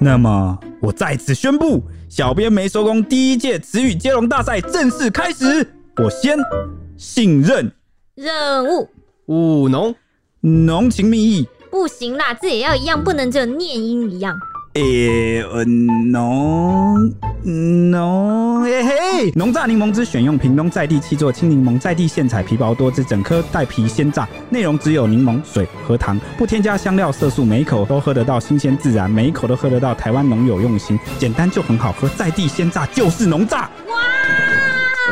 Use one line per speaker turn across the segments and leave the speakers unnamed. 那么，我在此宣布，小编没收工第一届词语接龙大赛正式开始。我先信任
任务
务农
浓情蜜意，
不行啦，字也要一样，不能只有念音一样。
诶、呃，浓浓嘿嘿，浓榨柠檬汁选用屏东在地七座青柠檬，在地现采，皮薄多汁，整颗带皮鲜榨，内容只有柠檬水和糖，不添加香料色素，每一口都喝得到新鲜自然，每一口都喝得到台湾农友用心，简单就很好喝，在地鲜榨就是浓榨。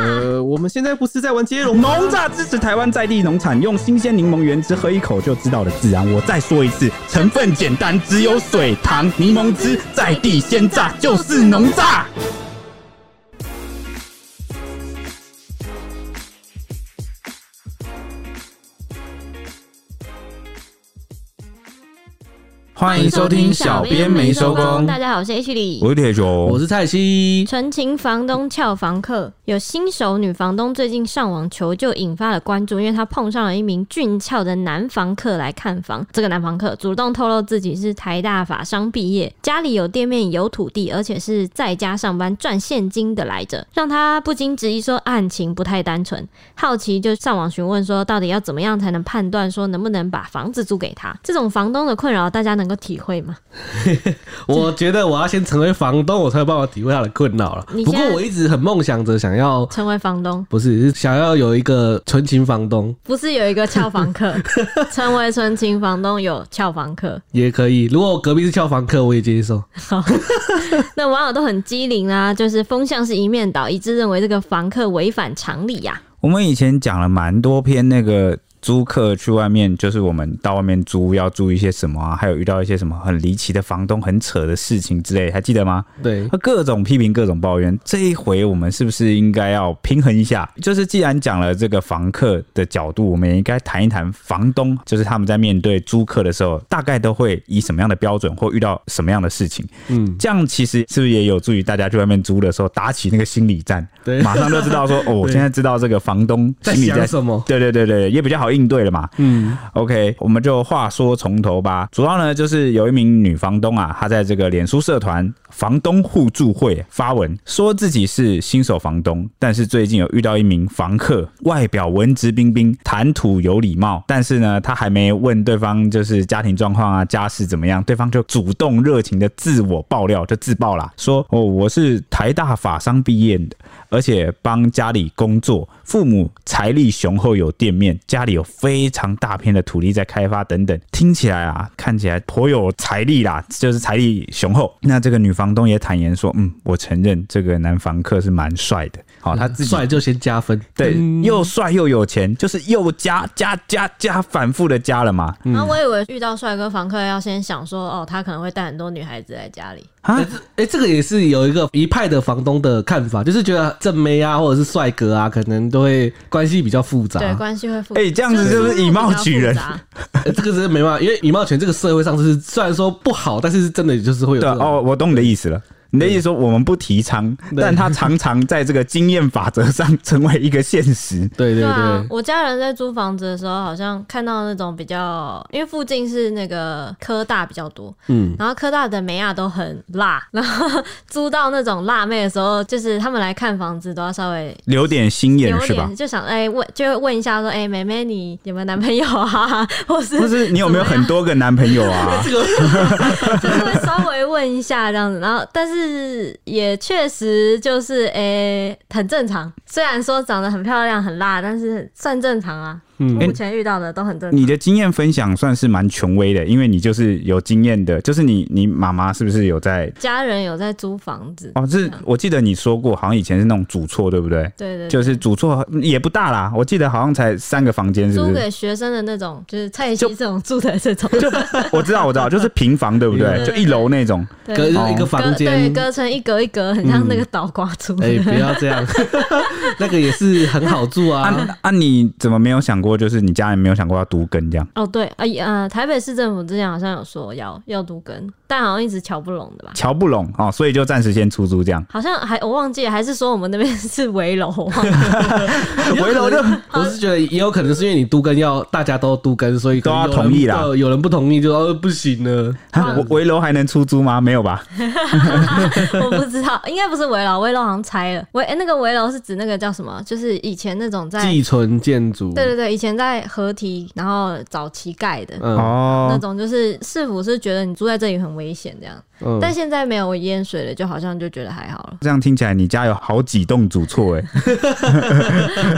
呃，我们现在不是在玩接龙吗？
农榨支持台湾在地农产，用新鲜柠檬原汁喝一口就知道的自然。我再说一次，成分简单，只有水、糖、柠檬汁，在地鲜榨就是农榨。欢迎收听，小编没收工。
大家好，我是 H 李。
我是铁熊，
我是蔡 西，
纯情房东俏房客，有新手女房东最近上网求救，引发了关注，因为她碰上了一名俊俏的男房客来看房。这个男房客主动透露自己是台大法商毕业，家里有店面有土地，而且是在家上班赚现金的来着，让他不禁质疑说案情不太单纯，好奇就上网询问说到底要怎么样才能判断说能不能把房子租给他？这种房东的困扰大家能够体会吗？
我觉得我要先成为房东，我才有办法体会他的困扰了
你。
不
现在
过我一直很梦想着想要，
成为房东。
不是是想要有一个纯情房东
不是有一个俏房 客，成为纯情房东有俏房客，
也可以。如果我隔壁是俏房客，我也接受。
那网友都很机灵啊，就是风向是一面倒，一致认为这个房客违反常理啊呀、
我们以前讲了蛮多篇那个租客去外面，就是我们到外面租要租一些什么啊，还有遇到一些什么很离奇的房东、很扯的事情之类，还记得吗？
对，
他各种批评、各种抱怨。这一回我们是不是应该要平衡一下？就是既然讲了这个房客的角度，我们也应该谈一谈房东，就是他们在面对租客的时候，大概都会以什么样的标准或遇到什么样的事情。
嗯，
这样其实是不是也有助于大家去外面租的时候打起那个心理战？
对
马上就知道说，哦，我
对
现在知道这个房东
在
心里在
想什么
对对对对，也比较好应对了嘛。
嗯，
OK，我们就话说从头吧。主要呢，就是有一名女房东啊，她在这个脸书社团房东互助会发文，说自己是新手房东，但是最近有遇到一名房客，外表文质彬彬，谈吐有礼貌，但是呢，她还没问对方就是家庭状况啊、家世怎么样，对方就主动热情的自我爆料，就自爆啦，说哦，我是台大法商毕业的，而且帮家里工作，父母财力雄厚，有店面，家里有非常大片的土地在开发等等，听起来啊，看起来颇有财力啦，就是财力雄厚。那这个女房东也坦言说，嗯，我承认这个男房客是蛮帅的，好、他自己
帅就先加分。
对
嗯
又帅又有钱，就是又加加加加反复的加了嘛。
然后我以为遇到帅哥房客要先想说，哦，他可能会带很多女孩子来家里，
啊，
哎、这个也是有一个一派的房东的看法，就是觉得正妹啊，或者是帅哥啊，可能都会关系比较复杂。
对，关系会复杂。
哎这样子是不是以貌取人
就是入户比较复杂
诶这个是没办法，因为以貌取人这个社会上是虽然说不好，但是真的就是会有
对
这种
哦，我懂你的意思了。你的意思说我们不提倡，
对
但它常常在这个经验法则上成为一个现实。
对对
对
对，
啊，我家人在租房子的时候，好像看到那种比较，因为附近是那个科大比较多，
嗯，
然后科大的美亚都很辣，然后租到那种辣妹的时候，就是他们来看房子都要稍微
留点心眼
有
是吧
点？就想哎、问，就会问一下说哎、妹妹你有没有男朋友啊？ 或是
不是你有没有很多个男朋友 啊？
就是会稍微问一下这样子，然后但是也确实就是哎、很正常，虽然说长得很漂亮很辣，但是算正常啊。目前遇到的都很正
嗯
常。
你的经验分享算是蛮权威的，因为你就是有经验的，就是你你妈妈是不是有在？
家人有在租房子，
哦，是我记得你说过，好像以前是那种主错，对不对？
对对对
就是主错也不大啦，我记得好像才三个房间，是不
租
是？
给学生的那种，就是蔡西这种住的这种，
就我知道，我知道，就是平房，对不
对
对？
对
就
对
一楼那种。
对
隔
哦
一个
隔
房
对
间，
隔成一格一格，很像那个倒挂出。
嗯哎
哎、不要这样，那个也是很好住啊。
啊啊！你怎么没有想过，就是你家人没有想过要独耕这样？
哦，对，啊呃，台北市政府之前好像有说要要都跟，但好像一直瞧不拢的吧？
瞧不拢哦，所以就暂时先出租这样。
好像还我忘记了，还是说我们那边是围楼，哦我忘了
回头就
我是觉得也有可能是因为你都跟要大家都都跟，所以可
都要
能有人
同意啦
呃有人不同意就哦不行了。
啊我围楼还能出租吗？没有吧？
我不知道，应该不是围楼，围楼好像拆了。围、诶哎那个围楼是指那个叫什么？就是以前那种在，
寄存建筑，
对对对，以前在合体，然后早期盖的。
嗯
那
哦，
种就是市府是觉得你住在这里很危险这样，
嗯，
但现在没有淹水了，就好像就觉得还好了，
这样听起来你家有好几栋主厝哎，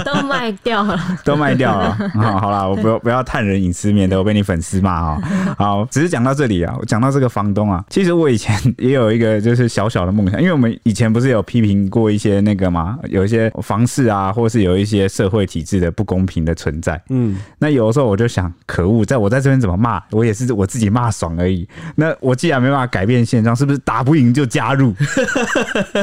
都卖掉了。
都卖掉了。哦好，好啦，我不要不要探人隐私，免得我被你粉丝骂哦。好，只是讲到这里啊，我讲到这个房东啊，其实我以前也有一个就是小小的梦想，因为我们以前不是有批评过一些那个嘛，有一些房市啊，或是有一些社会体制的不公平的存在。
嗯，
那有的时候我就想，可恶，在我在这边怎么骂，我也是我自己骂爽而已。那我既然没办法改变现状，是不是打不赢就加 入，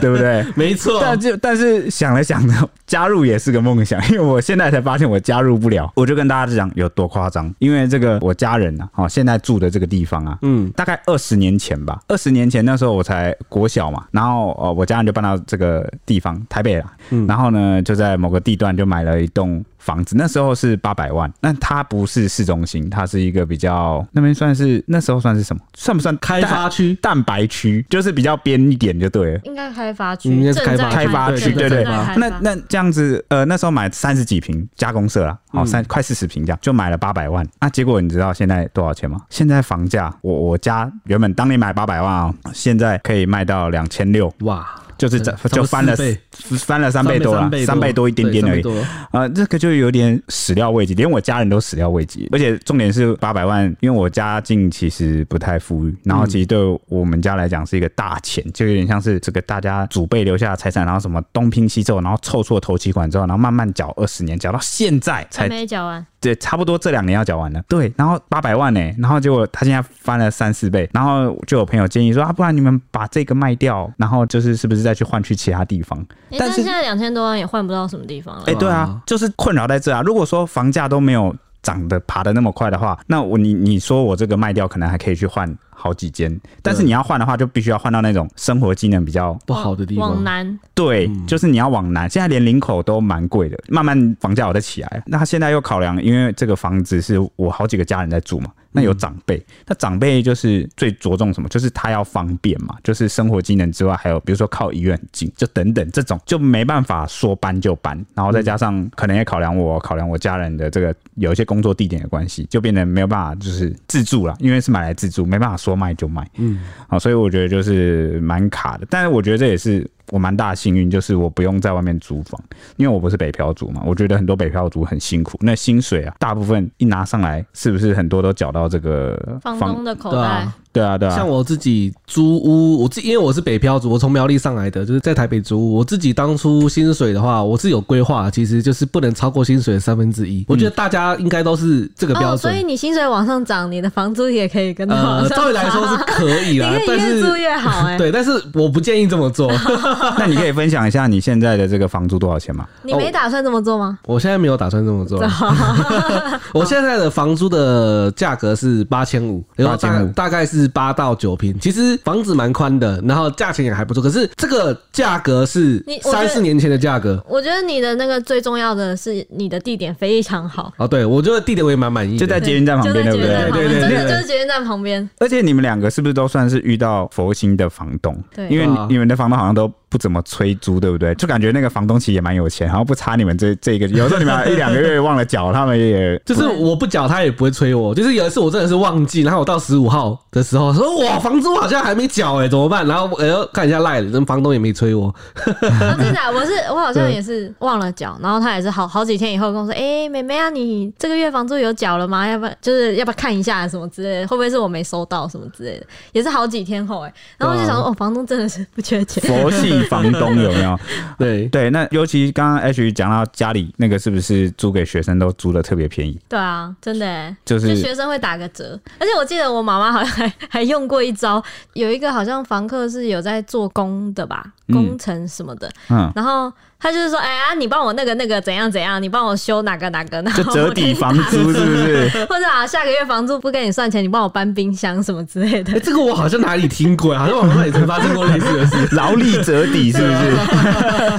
对不对？啊
没错，
啊
但就但是想了想呢，加入也是个梦想，因为我现在才发现我加入不了。我就跟大家讲有多夸张，因为这个我家人啊，哦，现在住的这个地方啊，
嗯
大概二十年前吧，二十年前那时候我才国小嘛，然后呃，我家人就搬到这个地方台北啦，
嗯
然后呢就在某个地段就买了一栋房子，那时候是八百万，那它不是市中心，它是一个比较那边算是那时候算是什么？算不算
开
蛋
发区
蛋白区？就是比较边一点就对了。
应该开发
嗯
区，正
应该是
在
开发
开发区，对
正
对
在开发
那那这样子，呃，那时候买三十几平加公社啦，哦，三快四十平这样，就买了八百万。啊，结果你知道现在多少钱吗？现在房价，我我家原本当年买八百万哦，现在可以卖到两千六，
哇，
就是这
差不多
就翻了
四倍
翻了三倍多了，三倍多一点点而已。
对三倍多
啊、这个就有点始料未及，连我家人都始料未及。而且重点是八百万，因为我家境其实不太富裕，然后其实对我们家来讲是一个大钱，就有点像是这个大家祖辈留下的财产，然后什么东拼西凑，然后凑出了头期款之后，然后慢慢缴二十年，缴到现在
还
才
没缴完，
对，差不多这两年要缴完了。对，然后八百万呢、然后结果他现在翻了三四倍，然后就有朋友建议说啊，不然你们把这个卖掉，然后就是是不是再去换去其他地方？
诶
但
但
是
现在两千多万也换不到什么地方了
哎、。对啊
哇，
就是困扰在这啊。如果说房价都没有涨得爬得那么快的话，那我你你说我这个卖掉，可能还可以去换好几间，但是你要换的话，就必须要换到那种生活机能比较
不好的地
往
方，
南
对，就是你要往南。现在连林口都蛮贵的，慢慢房价有在起来。那他现在又考量，因为这个房子是我好几个家人在住嘛，那有长辈，那长辈就是最着重什么，就是他要方便嘛，就是生活机能之外，还有比如说靠医院很近，就等等这种就没办法说搬就搬。然后再加上可能也考量我考量我家人的这个有一些工作地点的关系，就变得没有办法就是自住了，因为是买来自住，没办法说卖就卖。
嗯，
啊，所以我觉得就是蛮卡的，但是我觉得这也是我蛮大的幸运，就是我不用在外面租房，因为我不是北漂族嘛。我觉得很多北漂族很辛苦，那薪水啊，大部分一拿上来，是不是很多都缴到这个
房东的口
对
袋
啊，
对啊，对啊
像，我自己租屋，我自因为我是北漂族，我从苗栗上来的，就是在台北租屋。我自己当初薪水的话，我是有规划，其实就是不能超过薪水的三分之一。我觉得大家应该都是这个标
哦，所
准。
以你薪水往上涨，你的房租也可以跟着往
呃，
上
照理来说是可以啦
你，可
但
以越住
是
越 好哎、
对，但是我不建议这么 做。
那你可以分享一下你现在的这个房租多少钱吗？
你
哦
没打算这么做吗？
我现在没有打算这么做。
哦
我现在的房租的价格是八千五，然后大
8500
大概是八到九平。其实房子蛮宽的，然后价钱也还不错。可是这个价格是
你我觉得
三四年前的价格
我觉得你的那个最重要的是你的地点非常好，
哦，对我觉得地点我也蛮满意的，
就在捷运站旁
就
边，
在
对
捷
不
运
对
站旁？
对
边，
对对
真的
对
就是捷运站旁边。
而且你们两个是不是都算是遇到佛心的房东？
对
因为
对啊
你们的房东好像都不怎么催租，对不对？就感觉那个房东其实也蛮有钱，然后不差你们这这个，有时候你们一两个月忘了缴，他们也
就是我不缴他也不会催我。就是有一次我真的是忘记，然后我到十五号的时候说哇房租好像还没缴哎、怎么办？然后我要看一下赖了，人房东也没催我，
啊真的啊、我是我好像也是忘了缴，然后他也是好好几天以后跟我说：“哎、妹妹啊，你这个月房租有缴了吗？要不要就是要不要看一下什么之类的？会不会是
嗯
我没收到什么之类的？”也是好几天后哎、然后我就想说：“哦，房东真的是不缺钱。”
佛系逼房东有没有？
对，
对，那尤其刚刚 H 讲到家里那个是不是租给学生都租的特别便宜？
对啊，真的、欸，
就是
学生会打个折，而且我记得我妈妈好像还 还用过一招，有一个好像房客是有在做工的吧，
嗯
工程什么的，
嗯，
然后他就是说，哎、呀，你帮我那个那个怎样怎样，你帮我修哪个哪个，然
就
后
折抵房租是不是？
或者啊下个月房租不跟你算钱，你帮我搬冰箱什么之类 的
哎、，这个我好像哪里听过，好像网络上也曾发生过类似的 事。
劳力折抵是不是？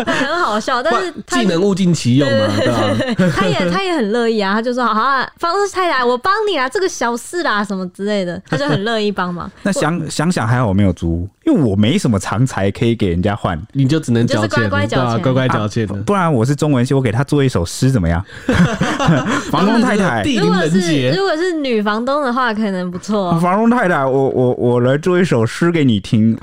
很好笑，但 是他
技能物尽其用嘛，对吧、
他也 他也很乐意啊，他就说好啊，房东太太，我帮你啊，这个小事啦什么之类
。
的，他就很乐意帮忙
那想想想还好我没有租，因为我没什么常才可以给人家换，
你就只能缴
就是
钱，
乖乖
对吧
缴钱
乖乖缴钱的。
不然我是中文系，我给他做一首诗怎么样？房东太太。
地
如
灵
果
人
是
杰，
如果是女房东的话，可能不错哦、
房东太太，我我我来做一首诗给你听。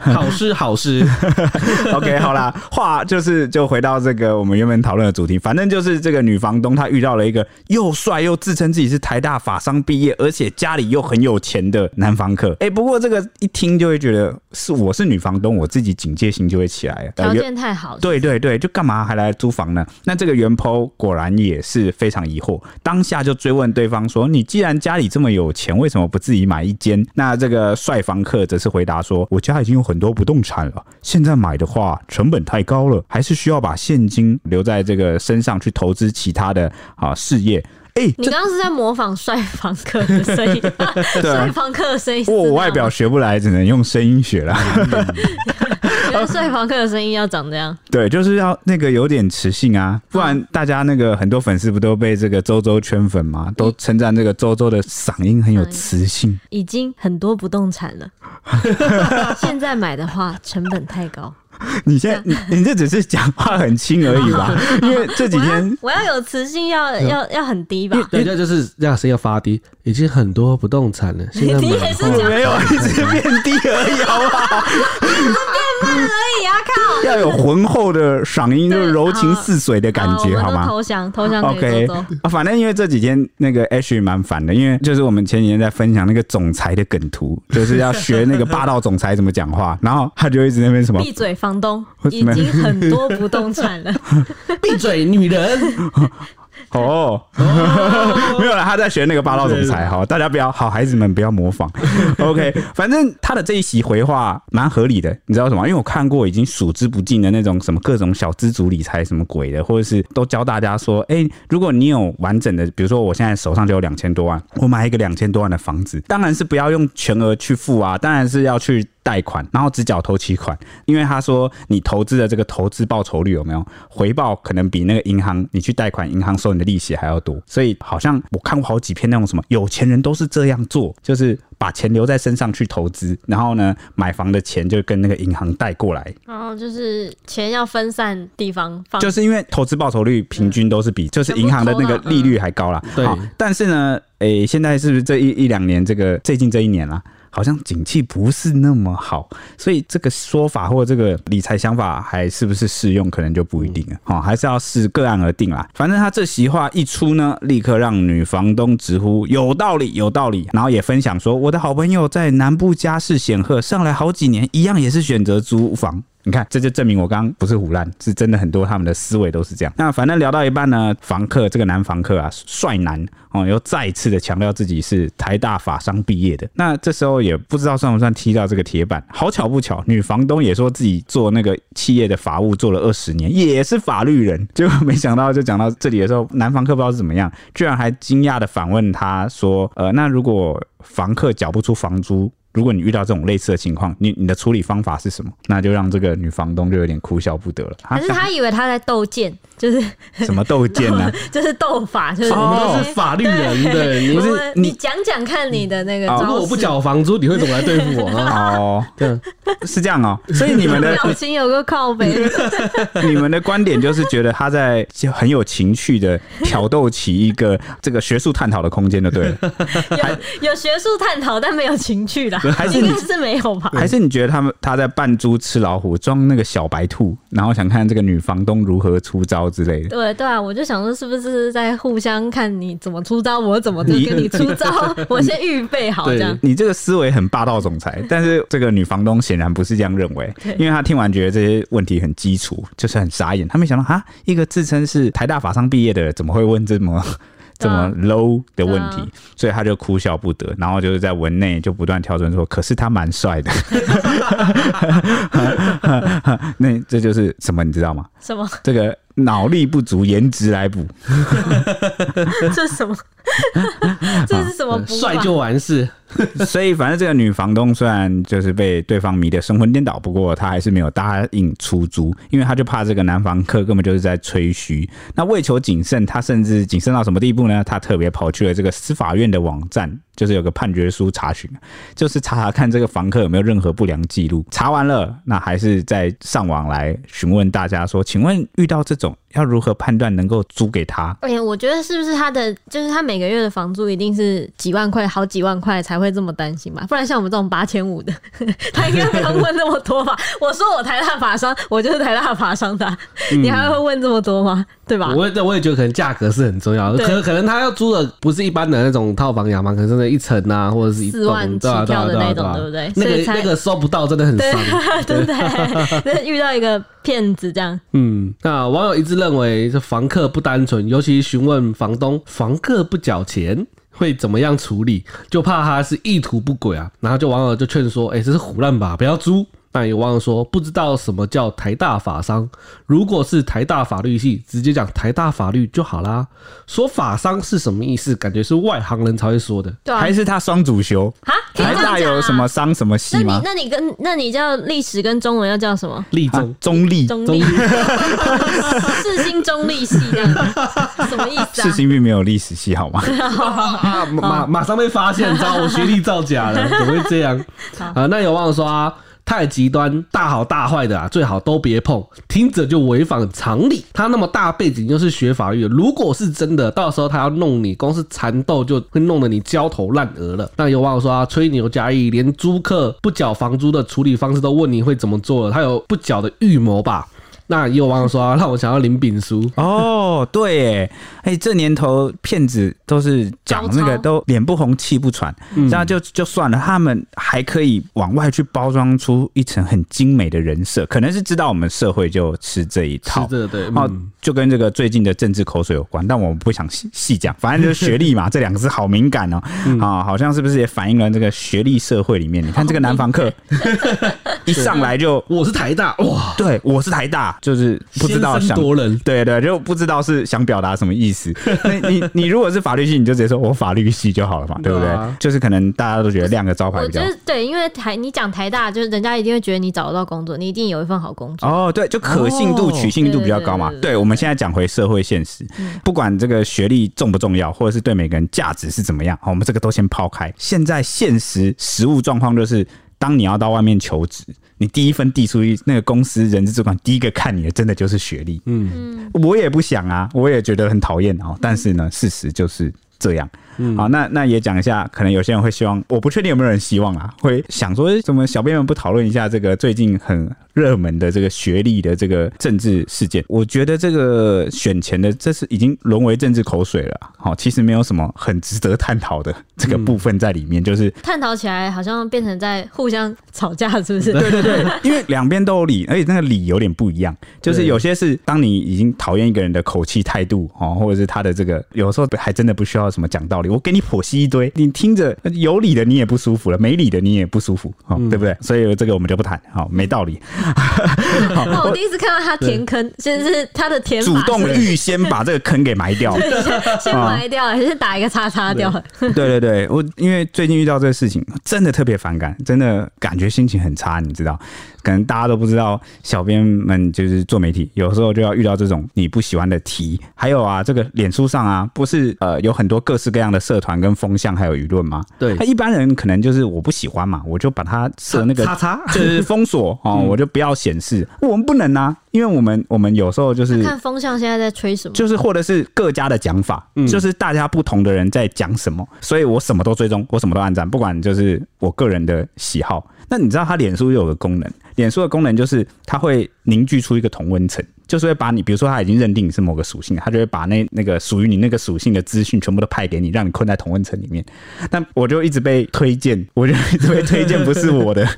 好事好事。
OK，好啦，话就是就回到这个我们原本讨论的主题，反正就是这个女房东她遇到了一个又帅又自称自己是台大法商毕业，而且家里又很有钱的男房客。哎、不过这个一听就会觉得是我是女房东，我自己警戒心就会起来了。啊
条件太好，
对对对，就干嘛还来租房呢？那这个袁剖果然也是非常疑惑，当下就追问对方说：“你既然家里这么有钱，为什么不自己买一间？”那这个帅房客则是回答说：“我家已经有很多不动产了，现在买的话成本太高了，还是需要把现金留在这个身上去投资其他的啊事业。”哎，
你刚刚是在模仿帅房客的 声音，帅房客的声音是这
我
样
啊
吗。
哦我外表学不来，只能用声音学了。
觉得帅房客的声音要长这样，
对，就是要那个有点磁性
嗯
啊，不然大家那个很多粉丝不都被这个周周圈粉吗？
嗯
都称赞这个周周的嗓音很有磁性。
已经很多不动产 了。现在买的话成本太高，
你现在
嗯
你你这只是讲话很轻而已 吧？因为这几
我要
天
我要有磁性，要
嗯
要要很低吧？
对，这就是让声音要发低，已经很多不动产了，现在
你
买
也是
的
我
话
没有一直变低而已，啊 好不好？
可以啊，靠！
要有浑厚的嗓音，就是
对
柔情似水的 感觉，好
好啊我们
吗
都？投降，投降给
OK
周周。
啊，反正因为这几天那个 H 蛮烦的，因为就是我们前几天在分享那个总裁的梗图，就是要学那个霸道总裁怎么讲话，然后他就一直在那边什么
闭嘴，房东
为
已
什么
经很多不动产了，
闭嘴，女人！
哦， 没有了，他在学那个霸道总裁。好，大家不要，好孩子们不要模仿。OK，反正他的这一席回话蛮合理的，你知道什么？因为我看过已经数之不尽的那种什么各种小资族理财什么鬼的，或者是都教大家说，哎、如果你有完整的，比如说我现在手上就有两千多万，我买一个两千多万的房子，当然是不要用全额去付啊，当然是要去。贷款，然后只缴头期款，因为他说你投资的这个投资报酬率有没有回报，可能比那个银行你去贷款银行收你的利息还要多，所以好像我看过好几篇那种什么有钱人都是这样做，就是把钱留在身上去投资，然后呢买房的钱就跟那个银行贷过来，
然后就是钱要分散地方放，
就是因为投资报酬率平均都是比就是银行的那个利率还高啦。
对
好但是呢，诶、现在是不是这一一两年这个最近这一年啦、啊好像景气不是那么好，所以这个说法或这个理财想法还是不是适用，可能就不一定了。好、还是要视个案而定啦。反正他这席话一出呢，立刻让女房东直呼有道理，有道理。然后也分享说，我的好朋友在南部家世显赫，上来好几年，一样也是选择租房。你看，这就证明我刚刚不是胡乱，是真的很多他们的思维都是这样。那反正聊到一半呢，房客这个男房客啊，帅男哦，又再一次的强调自己是台大法商毕业的。那这时候也不知道算不算踢到这个铁板。好巧不巧，女房东也说自己做那个企业的法务做了二十年，也是法律人。结果没想到，就讲到这里的时候，男房客不知道是怎么样，居然还惊讶的反问他说：“呃，那如果房客缴不出房租，如果你遇到这种类似的情况，你你的处理方法是什么？那就让这个女房东就有点哭笑不得了。她
还是他以为他在斗剑，就是
想什么斗啊剑啊哦呢？
就是斗法，就是
我们都是法律人，对，你
哦我
们是。啊
们
你
你讲讲看你的那个
哦
招式，
如果我不缴房租，你会怎么来对 付我啊？
哦，
对啊，
是这样哦。所以你们的
表情有个靠背，
你们的观点就是觉得她在很有情趣的挑逗起一个这个学术探讨的空间，就对了。
有有学术探讨，但没有情趣啦，
还是
应
你
该是没有吧？
还是你觉得他们他在扮猪吃老虎，装那个小白兔，然后想看这个女房东如何出招之类的。
对对啊，我就想说，是不是在互相看你怎么出招，我怎么就跟你出 招？我先预备好这样。
你这个思维很霸道总裁，但是这个女房东显然不是这样认 为，因为她听完觉得这些问题很基础，就是很傻眼。她没想到啊，一个自称是台大法商毕业的人，怎么会问这 么？这
对啊
么 low 的问
对啊
题，所以她就哭笑不得，然后就是在文内就不断调整说，可是他蛮帅 的， 那这就是什么你知道吗？
什么？
这个脑力不足，颜值来补，
这是 什么？这是什么
嗯
补
帅
法？
就完事。
所以，反正这个女房东虽然就是被对方迷得神魂颠倒，不过她还是没有答应出租，因为她就怕这个男房客根本就是在吹嘘。那为求谨慎，她甚至谨慎到什么地步呢？她特别跑去了这个司法院的网站，就是有个判决书查询，就是查查看这个房客有没有任何不良记录。查完了，那还是在上网来询问大家说：“请问遇到这种要如何判断能够租给他？”
哎呀，我觉得是不是他的，就是他每个月的房租一定是几万块、好几万块才会这么担心吧？不然像我们这种八千五的， 他应该不用问那么 多吧？我说我台大法商，我就是台大法商的啊、
嗯
你还会问这么多吗？对吧？
我也我也觉得可能价格是很重要的，
啊对
可可能他要租的不是一般的那种套房、洋房，可能真的一层啊，或者是一
四万
栋对啊
起跳的
对啊
那
对啊
种对不对
那
所以
个
才
那个收不到真的很
对
伤。
对不对？那遇到一个骗子这样，
嗯，那网友一致认为这房客不单纯，尤其询问房东房客不缴钱会怎么样处理，就怕他是意图不轨啊。然后就网友就劝说，哎、这是胡乱吧，不要租。那有网友说，不知道什么叫台大法商，如果是台大法律系，直接讲台大法律就好啦。说法商是什么意思？感觉是外行人才会说的。
对啊，
还是他双主修？
啊，可以
台
这样讲、
大
啊、
有什么伤什么
那
系
你
吗？
那你跟那你叫历史跟中文要叫什么？
立
啊
中，
中立
中立， 世新中立系这样，什么意思
世
啊？
新并没有历史系好 吗？
啊，马马上被发现，你知道我学历造 假了，怎么会这样？啊，那有网友说啊，太极端，大好大坏的啊，最好都别碰，听着就违反常理。他那么大背景又是学法律的，如果是真的，到时候他要弄你，光是缠斗就会弄得你焦头烂额了。那有网友说啊，吹牛加一，连租客不缴房租的处理方式都问你会怎么做了，他有不缴的预谋吧？那也有网友说啊，让我想要林炳书。
哦，对耶，哎、这年头骗子都是讲那
高
个
超
都脸不红气不喘，
嗯
这样就就算了，他们还可以往外去包装出一层很精美的人设，可能是知道我们社会就吃这一
是
套。
的，对，
哦
嗯，
就跟这个最近的政治口水有关，但我们不想细细讲。反正就是学历 嘛，这两个字好敏感哦。
嗯
啊，好像是不是也反映了这个学历社会里面？你看这个男房 客一上来就
我是台大，哇，
对，我是台大，就是不知道
先
想
声夺人，
对对，就不知道是想表达什么意 思。那你你如果是法律系，你就直接说我法律系就好了嘛，对不对？
对啊
就是可能大家都觉得亮个招牌
我
比较
觉。得对，因为台你讲台大，就是人家一定会觉得你找得到工作，你一定有一份好工作。
哦，对，就可信度、
哦
取信度比较高嘛嗯
对。对对
对，我们现在讲回社会现实，不管这个学历重不重要，或者是对每个人价值是怎么样，哦好，我们这个都先抛开。现在现实实务状况就是，当你要到外面求职，你第一份递出去，那个公司人事主管第一个看你的，真的就是学历。嗯，我也不想啊，我也觉得很讨厌哦，但是呢，事实就是。这样，好，那那也讲一下，可能有些人会希望，我不确定有没有人希望啊，会想说，诶怎么小编们不讨论一下这个最近很热门的这个学历的这个政治事件？我觉得这个选前的这是已经沦为政治口水了啊，好，其实没有什么很值得探讨的这个部分在里面，就是
探讨起来好像变成在互相吵架，是 不是？
对对对，因为两边都有理，而且那个理有点不一样。就是
对
有些是当你已经讨厌一个人的口气、态度哦，或者是他的这个，有时候还真的不需要什么讲道理，我给你剖析一堆，你听着有理的你也不舒服了，没理的你也不舒服，哦，对不对？所以这个我们就不谈，好、没道理。
哇，哦我第一次看到他填坑，甚至他的填
主
法
动
是
预先把这个坑给埋掉。
先埋掉，还是打一个叉叉掉？
对对对，我因为最近遇到这个事情，真的特别反感，真的感觉心情很差，你知道？可能大家都不知道，小编们就是做媒体，有时候就要遇到这种你不喜欢的题。还有啊，这个脸书上啊，不是呃有很多各式各样的社团跟风向还有舆论吗？
对
那一般人可能就是我不喜欢嘛，我就把它设那个
叉叉
就是封锁哦，我就不要显示。我们不能啊，因为我们我们有时候就是
看风向现在在吹什么？
就是或者是各家的讲法，就是大家不同的人在讲什么，所以我什么都追踪，我什么都按赞，不管就是我个人的喜好。那你知道它脸书又有个功能，脸书的功能就是它会凝聚出一个同温层，就是会把你，比如说它已经认定你是某个属性，它就会把那那个属于你那个属性的资讯全部都派给你，让你困在同温层里面。 但我就一直被推荐，我就一直被推荐不是我的，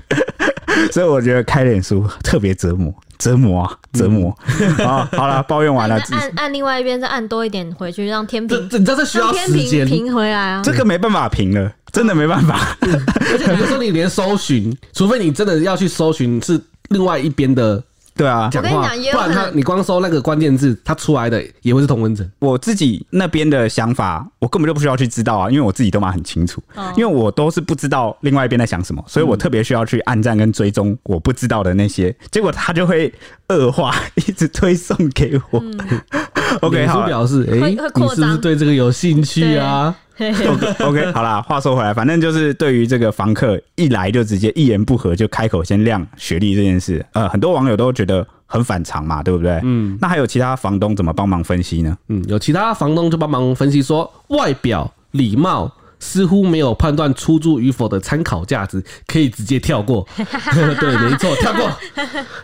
所以我觉得开脸书特别折磨，折磨啊，折磨。
嗯
啊好，好了，抱怨完了
那。按按另外一边再按多一点回去，让天
这
平
这你知道这需
让
要
天
时
平
间，
平回来啊。
这个没办法评了，真的没办法。
而且有时候你连搜寻，除非你真的要去搜寻是另外一边的
对啊，
讲
我跟你
话，
讲也有
不然
可
他
能
你光搜那个关键字，它出来的也会是同文层。
我自己那边的想法，我根本就不需要去知道啊，因为我自己都蛮很清楚，
哦
因为我都是不知道另外一边在想什么，所以我特别需要去暗赞跟追踪我不知道的那些，结果他就会恶化， 一直推送给我。OK，
脸书
好了
表示，哎、
会
你
会扩
是不是
张
对这个有兴趣啊？
嘿嘿
，OK，OK，好啦，话说回来，反正就是对于这个房客一来就直接一言不合就开口先亮学历这件事，呃，很多网友都觉得很反常嘛，对不对？嗯，那还有其他房东怎么帮忙分析呢？
嗯，有其他房东就帮忙分析说，外表、礼貌似乎没有判断出租与否的参考价值，可以直接 跳过。对，没错，跳过。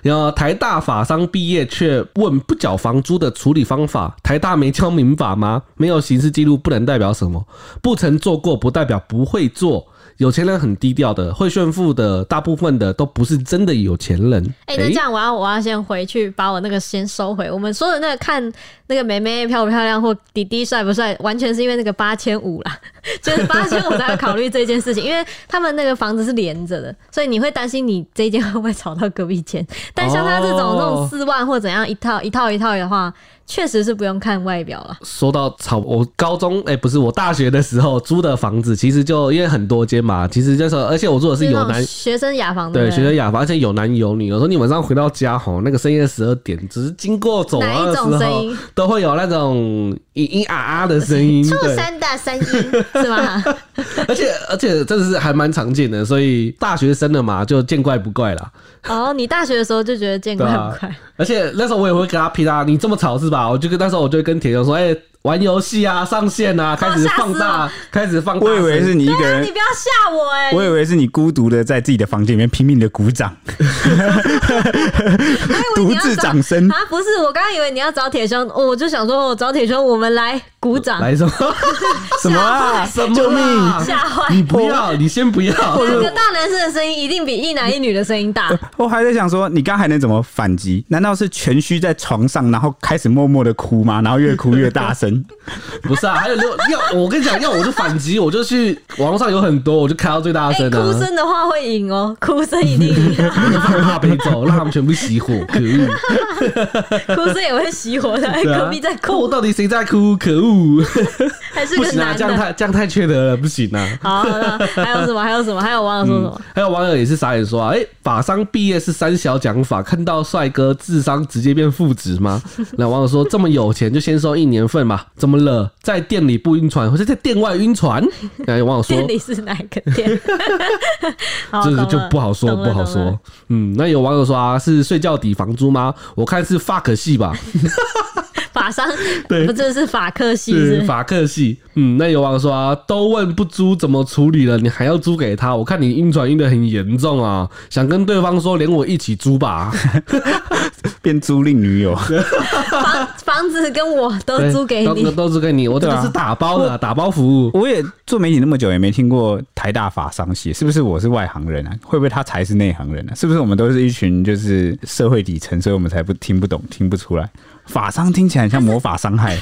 然后台大法商毕业却问不缴房租的处理方法，台大没教民法吗？没有刑事记录不能代表什么，不曾做过不代表不会做。有钱人很低调的，会炫富的，大部分的都不是真的有钱人。
哎、那
诶
这样我要我要先回去把我那个先收回。我们说的那个看那个妹妹漂不漂亮或弟弟帅不帅，完全是因为那个八千五啦， 就是八千五才会考虑这件事情，因为他们那个房子是连着的，所以你会担心你这一间会不会吵到隔壁间。但像他这种、
哦
那种四万或怎样一套一套一套的话，确实是不用看外表了。
说到炒，我高中哎、不是我大学的时候租的房子，其实就因为很多间嘛，其实就是而且我住的是
就
有
那种
男
学生雅房
对
不
学生雅房，而且有男有女。有时候你晚上回到家吼，那个深夜十二点，只是经过走廊的时
哪一种声
候
音，
都会有那 种咿咿啊啊的声音，
畜
对，
生的声音是吗？
而且而且真的是还蛮常见的，所以大学生了嘛，就见怪不怪啦。
哦，你大学的时候就觉得见怪不怪。
而且那时候我也会跟他拼啊，你这么吵是吧？我就跟那时候我就会跟铁牛说，哎、玩游戏啊，上线啊，开始
吓死
放大，开始放大
我
声。
以为是你一个人
啊你不要吓我哎、
我以为是你孤独的在自己的房间里面拼命的鼓掌，
我以
独
为你要
自
找
掌声。
啊，不是，我刚刚以为你要找铁兄，哦我就想说，我找铁兄，我们来鼓掌，
来什 么？
什么啊？
什么？
救命！
啊吓坏。
你不要，你先不要。
两个大男生的声音一定比一男一女的声音大，
我还在想说，你刚还能怎么反击？难道是蜷虚在床上，然后开始默默的哭吗？然后越哭越大 声？
不是啊，还有六要我跟你讲，要我就反击，我就去网络上有很多，我就开到最大
哎、
声
哭
啊，
声的话会赢哦，哭声一定 赢，
怕被 揍，让他们全部熄火，可恶！
哭声也会熄火的。哎
对啊
隔壁在
我
哭，
到底谁在哭？可恶！
还是
不
个
行啊，
男
这样
的。
太这样太缺德了，不行啊！
好了，还有什么？还有什么？还有网友说什么？
还有网友也是傻眼说啊，哎、法商毕业是三小讲法，看到帅哥智商直接变负值吗？ 那网友说这么有钱就先收一年份嘛，怎么了？在店里不晕船，或者在店外晕船？ 那有网友说
店里是哪个店？ 好
这个
懂
就
了
不好说，
懂了
不好
懂了
说。嗯，那有网友说啊，是睡觉抵房租吗？我看是 fuck 系吧，
法商
对
不，这是法克系 是不
是
是
法克系。嗯，那有网友说啊，都问不租怎么处理了，你还要租给他？我看你晕船晕的很严重啊，想跟对方说连我一起租吧。
变租赁女友？
房房子跟我都
对
租给
都
你，
都租给你，我这
对
个
啊
是打包的啊，打包服务。
我也做媒体那么久，也没听过台大法商系，是不是我是外行人啊？会不会他才是内行人啊？是不是我们都是一群就是社会底层，所以我们才不听不懂、听不出来？法商听起来很像魔法伤害，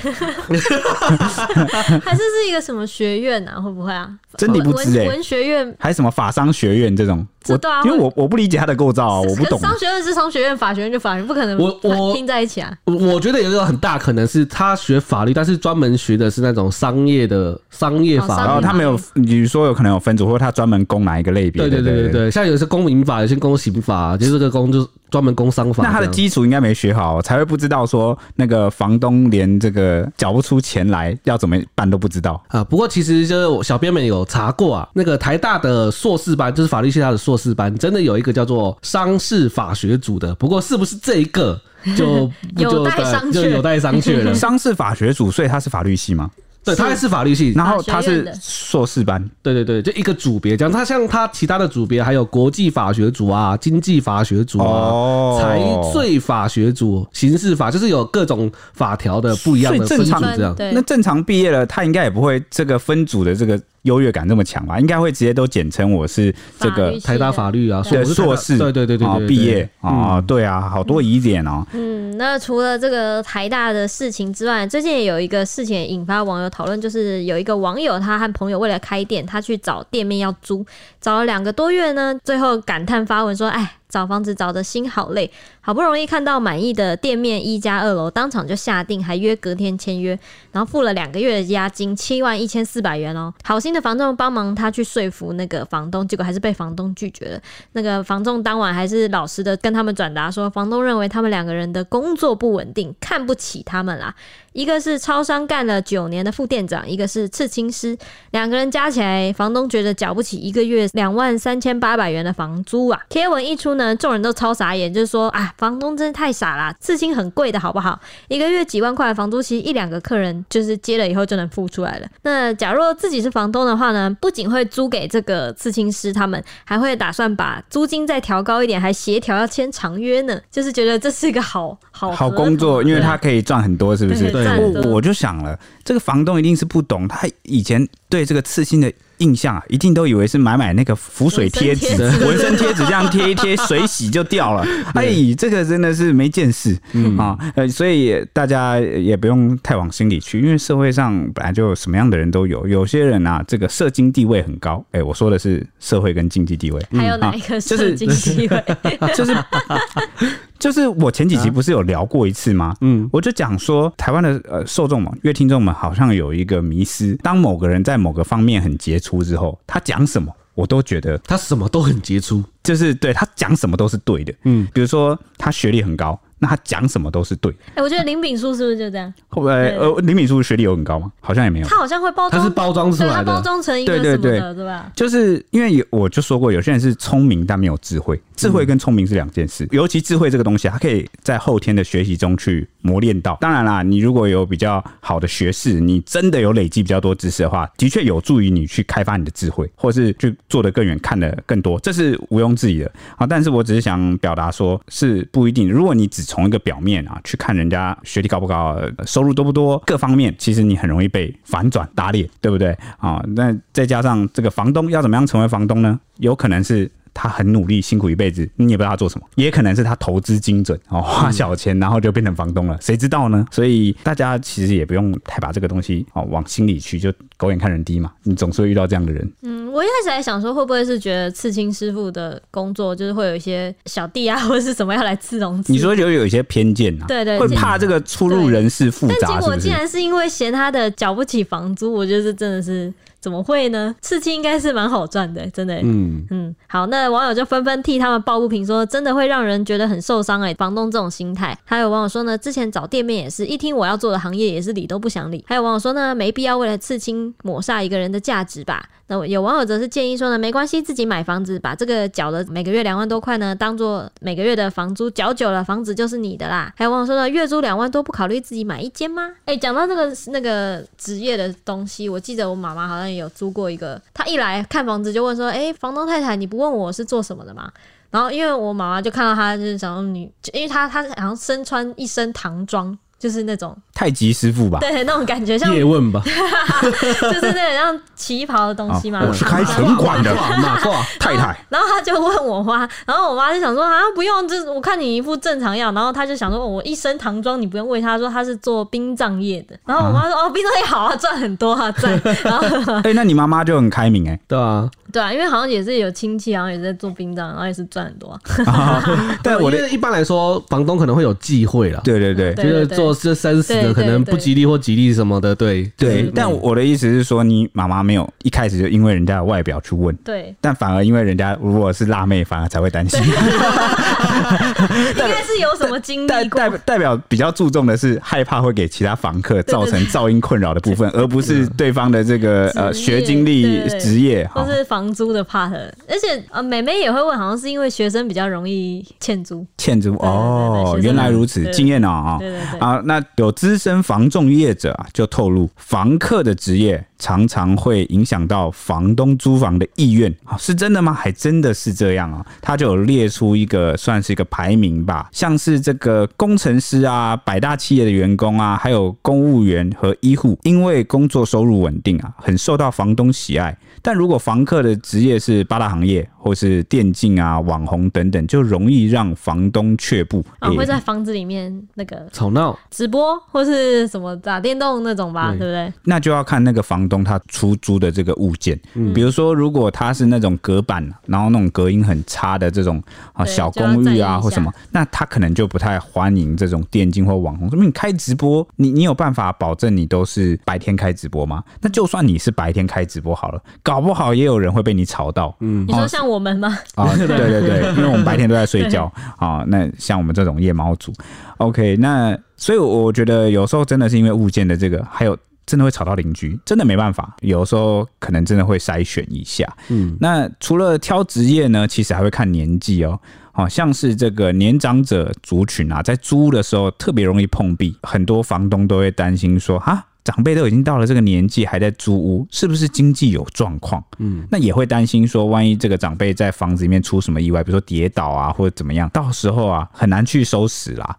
还是是一个什么学院啊？会不会啊？
真理不知
文
哎、
文学院，
还什么法商学院这种，
这
我
对啊
因为
会
我我不理解它的构造啊，我不
可
懂
是。商学院是商学院，法学院就法学院，不可能
我我
拼在一起啊。
我我觉得有一个很大可能是他学法律，但是专门学的是那种商业的商业
哦商
法
然
律
后他们有，比如说有可能有分组，或者他专门攻哪一个类别？
对对对对对，像有些公民法，有些公刑法，就是这个公就是专门公商法这
那
样。
他的基础应该没学好，才会不知道说那个房东连这个缴不出钱来要怎么办都不知道。。
啊，不过其实就是我小编们有查过啊，那个台大的硕士班，就是法律系它的硕士班，真的有一个叫做商事法学组的。不过是不是这一个就
有
就
待商榷
就有待商榷 了
嗯
商事法学组，所以他是法律系吗？
对他还是法律系，
然后
法
他
学院
是
的
硕士班，
对对对，就一个组别这样。他像他其他的组别还有国际法学组啊、经济法学组
哦
啊、财税法学组、刑事法，就是有各种法条的不一样的
所以
分
正
组
常
这样。
对
那正常毕业了，他应该也不会这个分组的这个优越感这么强吧？应该会直接都简称我是这
法律
个
系的
台大法律啊，
对
我是台大
硕士，
对对对对
哦
对，
毕业
对嗯
哦，对啊，好多疑点哦。
嗯，那除了这个台大的事情之外，最近也有一个事情也引发网友讨论，就是有一个网友他和朋友为了开店，他去找店面要租，找了两个多月呢，最后感叹发文说：“哎，找房子找的心好累，好不容易看到满意的店面一加二楼，当场就下定，还约隔天签约，然后付了两个月的押金，七万一千四百元哦。好心的房仲帮忙他去说服那个房东，结果还是被房东拒绝了。那个房仲当晚还是老实的跟他们转达说，房东认为他们两个人的工作不稳定，看不起他们啦。一个是超商干了九年的副店长，一个是刺青师，两个人加起来，房东觉得缴不起一个月两万三千八百元的房租啊。贴文一出呢，众人都超傻眼，就是说啊，房东真是太傻啦，刺青很贵的好不好？一个月几万块的房租，其实一两个客人就是接了以后就能付出来了。那假若自己是房东的话呢，不仅会租给这个刺青师他们，还会打算把租金再调高一点，还协调要签长约呢。就是觉得这是一个好好
好
合同
工作，因为
对
他可以赚很多，是不是？
对很
赚
我
多
我就想了，这个房东一定是不懂，他以前对这个刺青的印象啊，一定都以为是买买那个浮水贴纸、
纹身贴纸
纹身贴纸这样贴一贴，水洗就掉 了。哎，这个真的是没见识
嗯
啊！呃，所以大家也不用太往心里去，因为社会上本来就什么样的人都有，有些人啊，这个社经地位很高，哎，我说的是社会跟经济地位，嗯啊
还有哪一个是经济位？
就是就是我前几集不是有聊过一次吗？啊嗯，我就讲说台湾的呃受众们、乐听众们好像有一个迷失，当某个人在某个方面很杰出之后，他讲什么我都觉得
他什么都很杰出，
就是对他讲什么都是对的。嗯，比如说他学历很高，那他讲什么都是对的。
哎、我觉得林炳书是不是就这样？
后来
对
呃，林敏书学历有很高吗？好像也没有。
他好像会包
他
装，
是包装出
对他
来
包
的。
装成一个
对对
什么
对
的，对吧？
就是因为有我就说过，有些人是聪明但没有智慧，智慧跟聪明是两件事。尤其智慧这个东西，它可以在后天的学习中去磨练到。当然啦，你如果有比较好的学识，你真的有累积比较多知识的话，的确有助于你去开发你的智慧，或是去做得更远，看得更多，这是毋庸置疑的。啊，但是我只是想表达说，是不一定。如果你只从一个表面啊去看人家学历高不高、呃收入多不多各方面，其实你很容易被反转打脸，对不对啊？那再加上这个房东要怎么样成为房东呢？有可能是。他很努力，辛苦一辈子，你也不知道他做什么，也可能是他投资精准哦，花小钱，然后就变成房东了，谁知道呢？所以大家其实也不用太把这个东西哦往心里去，就狗眼看人低嘛，你总是会遇到这样的人。
嗯，我一开始还想说，会不会是觉得刺青师傅的工作就是会有一些小弟啊，或者是什么要来刺龙刺？
你说就有一些偏见啊，
对对
会
这
怕这个出入人士复
但
杂，
结
是
果
不是
竟？然是因为嫌他的缴不起房租，我觉得这真的是怎么会呢？刺青应该是蛮好赚的、真的、
嗯，
嗯，好，那网友就纷纷替他们抱不平说，真的会让人觉得很受伤哎、房东这种心态。还有网友说呢，之前找店面也是一听我要做的行业也是理都不想理。还有网友说呢，没必要为了刺青抹杀一个人的价值吧。那有网友则是建议说呢，没关系，自己买房子，把这个呃缴的每个月两万多块呢，当做每个月的房租，缴久了房子就是你的啦。还有网友说呢，月租两万多，不考虑自己买一间吗？哎、讲到那个那个职业的东西，我记得我妈妈好像也有租过一个，她一来看房子就问说，哎、房东太太，你不问我是做什么的吗？然后因为我妈妈就看到她就是想说嗯你，就因为她她好像身穿一身唐装。就是那种
太极师傅吧？
对那种感觉，像
叶问吧，
就是那种像旗袍的东西嘛。
哦我是开城管的
挂马挂，
太太，
然后他就问我妈，然后我妈就想说啊，不用，这我看你一副正常样。然后他就想说，哦我一身唐装，你不用问他说他是做殡葬业的。然后我妈说，哦，殡葬业好啊，赚很多啊，赚。然后
哎，那你妈妈就很开 明哎
对啊。
对啊，因为好像也是有亲戚，然啊后也是在做殡葬，然后也是赚很多啊、
啊。但我
因
的，
为一般来说，房东可能会有忌讳啦，
对对对
对
就是做这三十
对对
的可能
对
不吉利或吉利什么的，对嗯
对，但我的意思是说，你妈妈没有一开始就因为人家的外表去问。
对，
但反而因为人家如果是辣妹，反而才会担 心。
应该是有什么经
代
历过
代。代表比较注重的是害怕会给其他房客造成噪音困扰的部分，而不是对方的这个呃
职业
学经历
对对对
职业。
或
哈。
是房房租的 part，而且呃，美美也会问，好像是因为学生比较容易欠租。
欠租
对对
哦
学，生
原来如此
对，
经验啊啊
对对对
啊！那有资深房仲业者啊，就透露，房客的职业常常会影响到房东租房的意愿啊，是真的吗？还真的是这样啊！他就有列出一个算是一个排名吧，像是这个工程师啊、百大企业的员工啊，还有公务员和医护，因为工作收入稳定啊，很受到房东喜爱。但如果房客的职业是八大行业或是电竞啊、网红等等，就容易让房东却步。
啊，
诶
会在房子里面那个
吵闹，
直播或是什么打电动那种吧，
对
对不对？
那就要看那个房东他出租的这个物件，
嗯
比如说如果他是那种隔板，然后那种隔音很差的这种啊
对
小
就要
公
在意
寓
一
啊
下
或什么，那他可能就不太欢迎这种电竞或网红。因为你开直播，你你有办法保证你都是白天开直播吗？那就算你是白天开直播好了，搞不好也有人会被你吵到。哦
你说像我们吗？
啊， 对对对，因为我们白天都在睡觉啊。那像我们这种夜猫族，OK，那所以我觉得有时候真的是因为物件的这个，还有真的会吵到邻居，真的没办法。有时候可能真的会筛选一下。嗯，那除了挑职业呢，其实还会看年纪哦。好、像是这个年长者族群啊，在租的时候特别容易碰壁，很多房东都会担心说啊。长辈都已经到了这个年纪，还在租屋，是不是经济有状况？那也会担心说，万一这个长辈在房子里面出什么意外，比如说跌倒啊，或者怎么样，到时候啊很难去收拾啦。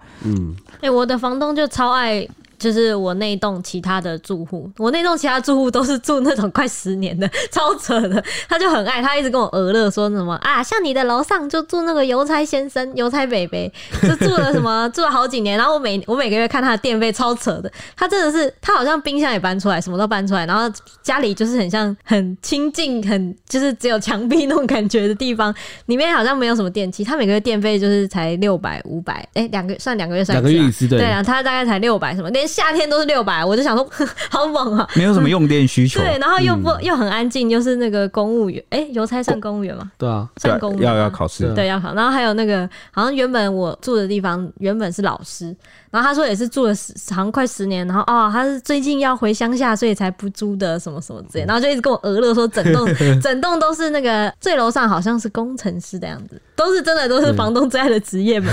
哎、我的房东就超爱，就是我那一栋其他的住户，我那栋其他住户都是住那种快十年的， 超扯的。他就很爱，他一直跟我俄乐说什么啊，像你的楼上就住那个邮差先生、邮差北北， 就住了什么住了好几年。然后我每我每个月看他的电费超扯的，他真的是他好像冰箱也搬出来，什么都搬出来，然后家里就是很像很清静，很就是只有墙壁那种感觉的地方，里面好像没有什么电器，他每个月电费就是才六百五百，哎，两个算两个月算
两个月
啊
一次对
对啊，他大概才六百什么，连夏天都是六百，我就想说 好猛啊。
没有什么用电需求，
对，然后又不、
嗯
又很安静，又是那个公务员，哎、邮差算公务员吗？
对啊，
对
算公务员
要
吗
要考嗯试
对，
对，要考。然后还有那个，好像原本我住的地方原本是老师，然后他说也是住了十，好像快十年，然后哦，他是最近要回乡下，所以才不租的，什么什么之类，
嗯
然后就一直跟我俄勒说，整 栋整栋都是那个最楼上好像是工程师的样子，都是真的都是房东最爱的 职业们，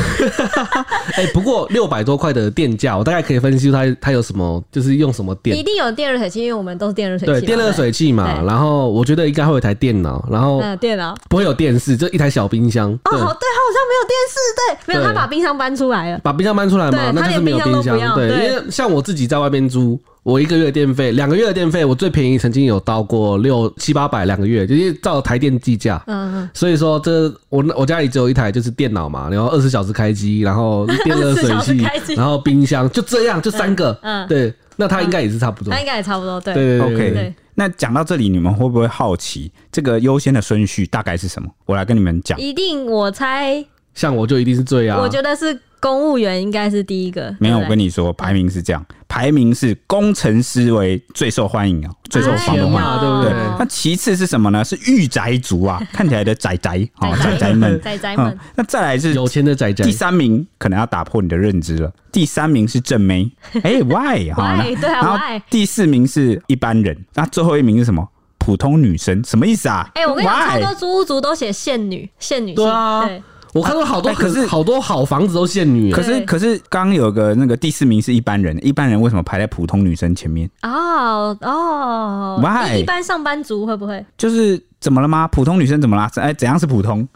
哎、不过六百多块的电价，我大概可以分析出它它有什么，就是用什么电
一。定有电热水器，因为我们都是电热水器嘛，
对，电热水器嘛，
对
然后我觉得应该会有一台电脑，然后
嗯、电脑。
不会有电视，就一台小冰箱。
哦，好，对，他
哦对
好像没有电视，对，没有，
对
他把冰箱搬出来了。
把冰箱搬出来嘛，
对
那就是没有
他连冰箱都不
箱。
要
对，因
对
为像我自己在外面租，我一个月电费，两个月的电费，我最便宜曾经有到过六七八百两个月，就是照台电计价。
嗯，
所以说这我我家里只有一台就是电脑嘛，然后二十小时开机，然后电热
24
水
小时开
器，
机
然后冰箱，就这样，就三个。
嗯嗯
对，那它应该也是差不多
那。应该也差不多，对。
对对对
OK
对对
对
那讲到这里，你们会不会好奇这个优先的顺序大概是什么？我来跟你们讲，
一定，我猜，
像我就一定是最啊，
我觉得是公务员应该是第一个。
没有，
对
我
不对
跟你说，排名是这样，排名是工程师为最受欢迎啊，最受
哎
房
呦
东欢迎。
嘛对不对
嗯
对，那其次是什么呢？是御宅族啊，看起来的宅宅啊，宅
宅宅
宅们，
宅宅
嗯
们，，
那再来是
有钱的仔仔
第三名可能要打破你的认知了。第三名是正 妹，哎、why 哈？
Why？
那
对啊
然后
why？
第四名是一般人，那最后一名是什么？普通女生，什么意思啊？
哎、我跟你讲，超
Why？
多租屋族都写现女，现女性
对啊
对
我看到好多
哎可
可
是
是好多好房子都限女，
可是
对
可是刚刚有个那个第四名是一般人，一般人为什么排在普通女生前面？
哦哦
Why？
一一般上班族会不会？
就是怎么了吗？普通女生怎么啦？哎、怎样是普 通？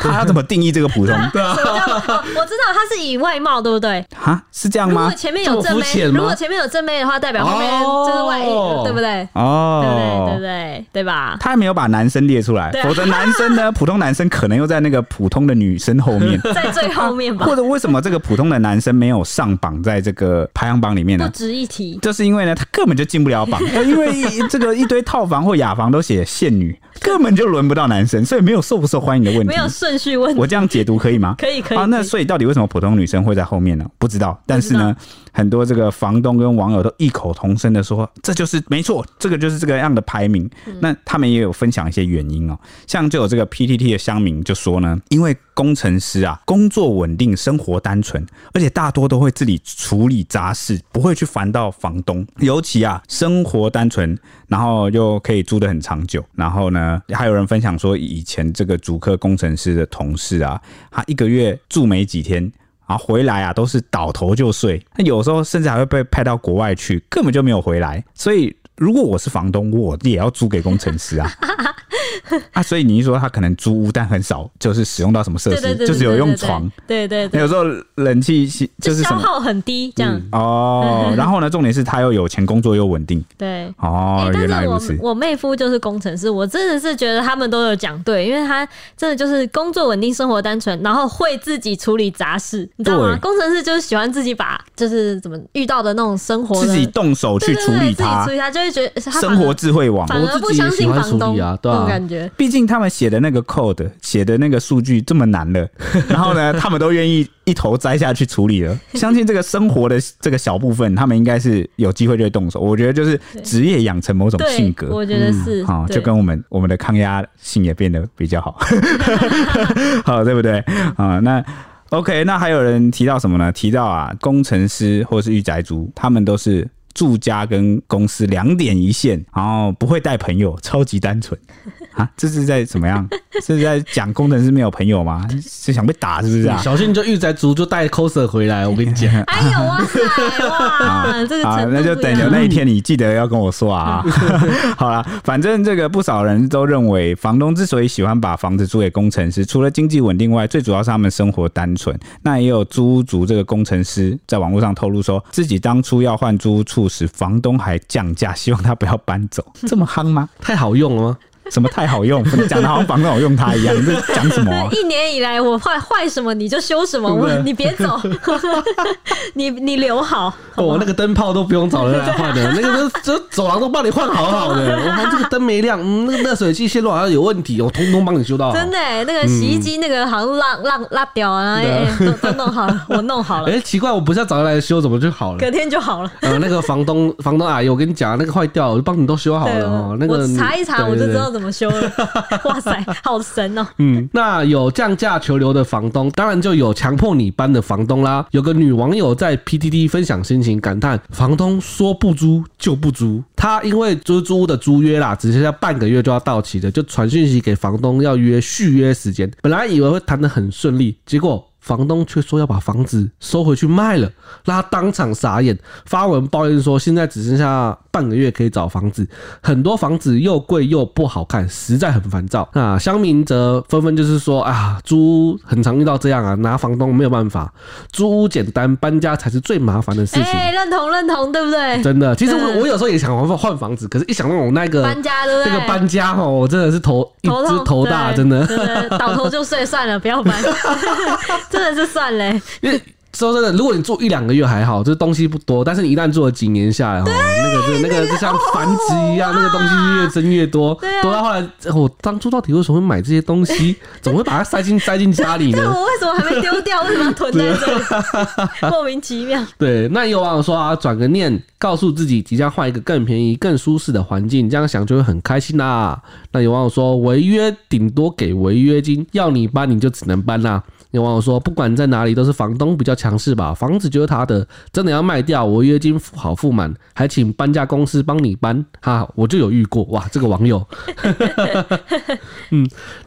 他要怎么定义这个普通？
什么叫、
啊
哦我知道他是以外貌，对不对？
哈，是这样
如果
吗？
前面有
这
正
么
妹，
肤浅吗
如果前面有正妹的话，代表后面就是外，
哦
对不对？对不对？对
哦
不，对？对吧？
他没有把男生列出来，
对啊
否则男生呢，普通男生可能又在那个普通的女生后面。
在最后面吧
或，者为什么这个普通的男生没有上榜在这个排行榜里面
不
呢？
值一提。
就是因为呢，他根本就进不了榜，因为一这个一堆套房或雅房都写限 女，根本就轮不到男生，所以没有受不受欢迎的问题
没。有顺序问题
我这样解读可以吗？
可以可以
啊，那
可以
所以到底为什么普通女生会在后面呢？不知道。但是呢，很多这个房东跟网友都异口同声的说，这就是没错，这个就是这个样的排
嗯
名。那他们也有分享一些原因哦，像就有这个 PTT 的乡民就说呢，因为工程师啊，工作稳定，生活单纯，而且大多都会自己处理杂事，不会去烦到房东。尤其啊，生活单纯，然后又可以住得很长久。然后呢，还有人分享说，以前这个主科工程师的同事啊，他一个月住没几天。然后回来啊，都是倒头就睡。那有时候甚至还会被派到国外去，根本就没有回来。所以，如果我是房东，我也要租给工程师啊。 啊，所以你一说他可能租屋，但很少就是使用到什么设
对对
施，
对，
就只有用床。，
对对对，
有时候冷气系就是什
消
么
耗嗯很低，这样
哦，然后呢，重点是他又有钱，工作又稳定。
对。
哦
欸，
原来
但是
如
我
此。
我妹夫就是工程师，我真的是觉得他们都有讲对，因为他真的就是工作稳定，生活单纯，然后会自己处理杂事，你知道吗
对？
工程师就是喜欢自己把就是怎么遇到的那种生活的
自己动手去
对对
处
对
理
自己
它
处，理他就会觉得他反
生活
而
智慧网。
反而不
我自己也
相
喜
信
欢
房
处
东
理啊对啊
那种感觉。
毕竟他们写的那个 code 写的那个数据这么难 了，然后呢，他们都愿意一头栽下去处理 了。相信这个生活的这个小部分，他们应该是有机会就会动手。我觉得就是职业养成某种性
对，
格。嗯
我觉得是
好、，
对
啊就跟我们我们的抗压性也变得比较好， 好对不对？啊、那 OK，那还有人提到什么呢？提到啊，工程师或是御宅族，他们都是住家跟公司两点一线，然后不会带朋友，超级单纯 啊！这是在怎么样？这是在讲工程师没有朋友吗？是想被打是不是啊？
小心你就御宅族就带 coser 回来，我跟你 讲，
哎呦哇塞哇，这个
啊，
程
那就
度
等
呀
有那一天你记得要跟我说 啊。 好了，反正这个不少人都认为，房东之所以喜欢把房子租给工程师，除了经济稳定外，最主要是他们生活单纯。那也有租屋族这个工程师在网络上透露说，自己当初要换租屋处时，房东还降价，希望他不要搬走。这么夯吗？
太好用了吗？
什么太好用？讲的好像房东有用他一样，你这讲什么 啊、
一年以来，我坏坏什么你就修什么，我
对不对
你别 走，你你留好。
我、哦那个灯泡都不用找人来 换的，那个都就走廊都帮你换好好的。我看这个灯没亮，嗯，那个热水器线路好像有问题，我哦通通帮你修到好。
真的、欸，那个洗衣机那个好像浪浪拉掉啊，
嗯对
哎、
啊
欸都都弄好了，我弄好
哎、
了，
奇怪，我不是要找人来修，怎么就好了？
隔天就好了。
呃，那个房东房东阿姨，我跟你讲，那个坏掉，我就帮你都修好
对
了哦。那个
我
你
查一查，
对
我就
对
知
对
道怎么修 了。哇塞，好神哦、
嗯，那有降价求留的房东，当然就有强迫你搬的房东啦。有个女网友在 PTT 分享心情，感叹房东说不租就不租。她因为租租屋的租约啦，只剩下半个月就要到期了，就传讯息给房东要约续约时间。本来以为会谈得很顺利，结果。房东却说要把房子收回去卖了，让他当场傻眼，发文抱怨说现在只剩下半个月可以找房子，很多房子又贵又不好看，实在很烦躁。那乡民则纷纷就是说啊，租屋很常遇到这样啊，拿房东没有办法，租屋简单，搬家才是最麻烦的事情。
哎、认同认同，对不对？
真的，其实我
对
我有时候也想换换房子，可是一想到我那个
搬家对不
那
对？
个搬家哦，我真的是头一
头
只
痛
头大，
对
真的。
真的倒头就睡，算了，不要 搬， 真的是算了欸、
因为说真的，如果你住一两个月还好，这东西不多；但是你一旦住了几年下来，哈，那个就那个就像繁殖一样，那个东西越增越多，
对啊
多到后来，呃我当初到底为什么会买这些东西？怎么会把它塞进塞进家里
对，
呢？
我为什么还没丢掉？为什么要囤在这里？ 莫名其妙。
对，那有网友说啊，转个念，告诉自己即将换一个更便宜、更舒适的环境，这样想就会很开心啦、那有网友说，违约顶多给违约金，要你搬你就只能搬啦、有网友说，不管在哪里都是房东比较强势吧，房子就是他的，真的要卖掉，违约金付好付满，还请搬家公司帮你搬，哈，我就有遇过，哇，这个网友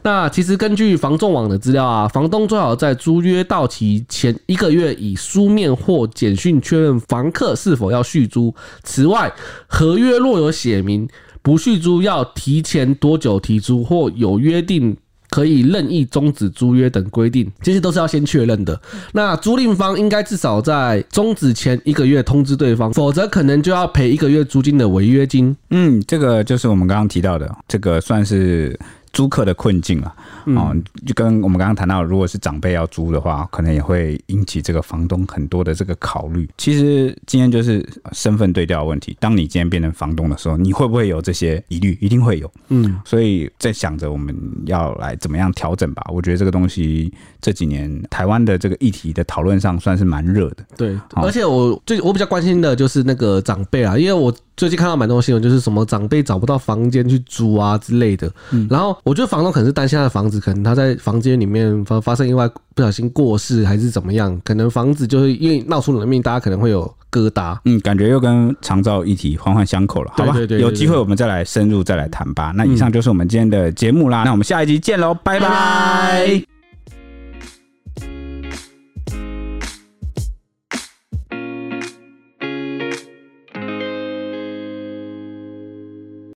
那其实根据房仲网的资料啊，房东最好在租约到期前一个月以书面或简讯确认房客是否要续租。此外，合约若有写明不续租要提前多久提租，或有约定。可以任意终止租约等规定，这些都是要先确认的。那租赁方应该至少在终止前一个月通知对方，否则可能就要赔一个月租金的违约金。
嗯，这个就是我们刚刚提到的，这个算是租客的困境了。哦，就跟我们刚刚谈到，如果是长辈要租的话，可能也会引起这个房东很多的这个考虑。其实今天就是身份对调的问题。当你今天变成房东的时候，你会不会有这些疑虑？一定会有。
嗯，
所以在想着我们要来怎么样调整吧。我觉得这个东西这几年台湾的这个议题的讨论上算是蛮热的。
对，
好
而且我最我比较关心的就是那个长辈啊，因为我最近看到蛮多新闻，就是什么长辈找不到房间去租啊之类的。然后我觉得房东可能是担心他的房子，可能他在房间里面发发生意外，不小心过世还是怎么样，可能房子就是因为闹出人命，大家可能会有疙瘩。
嗯，感觉又跟长照议题环环相扣了，好吧？
对对对对嗯
有机会我们再来深入再来谈吧。那以上就是我们今天的节目啦，那我们下一集见喽，拜拜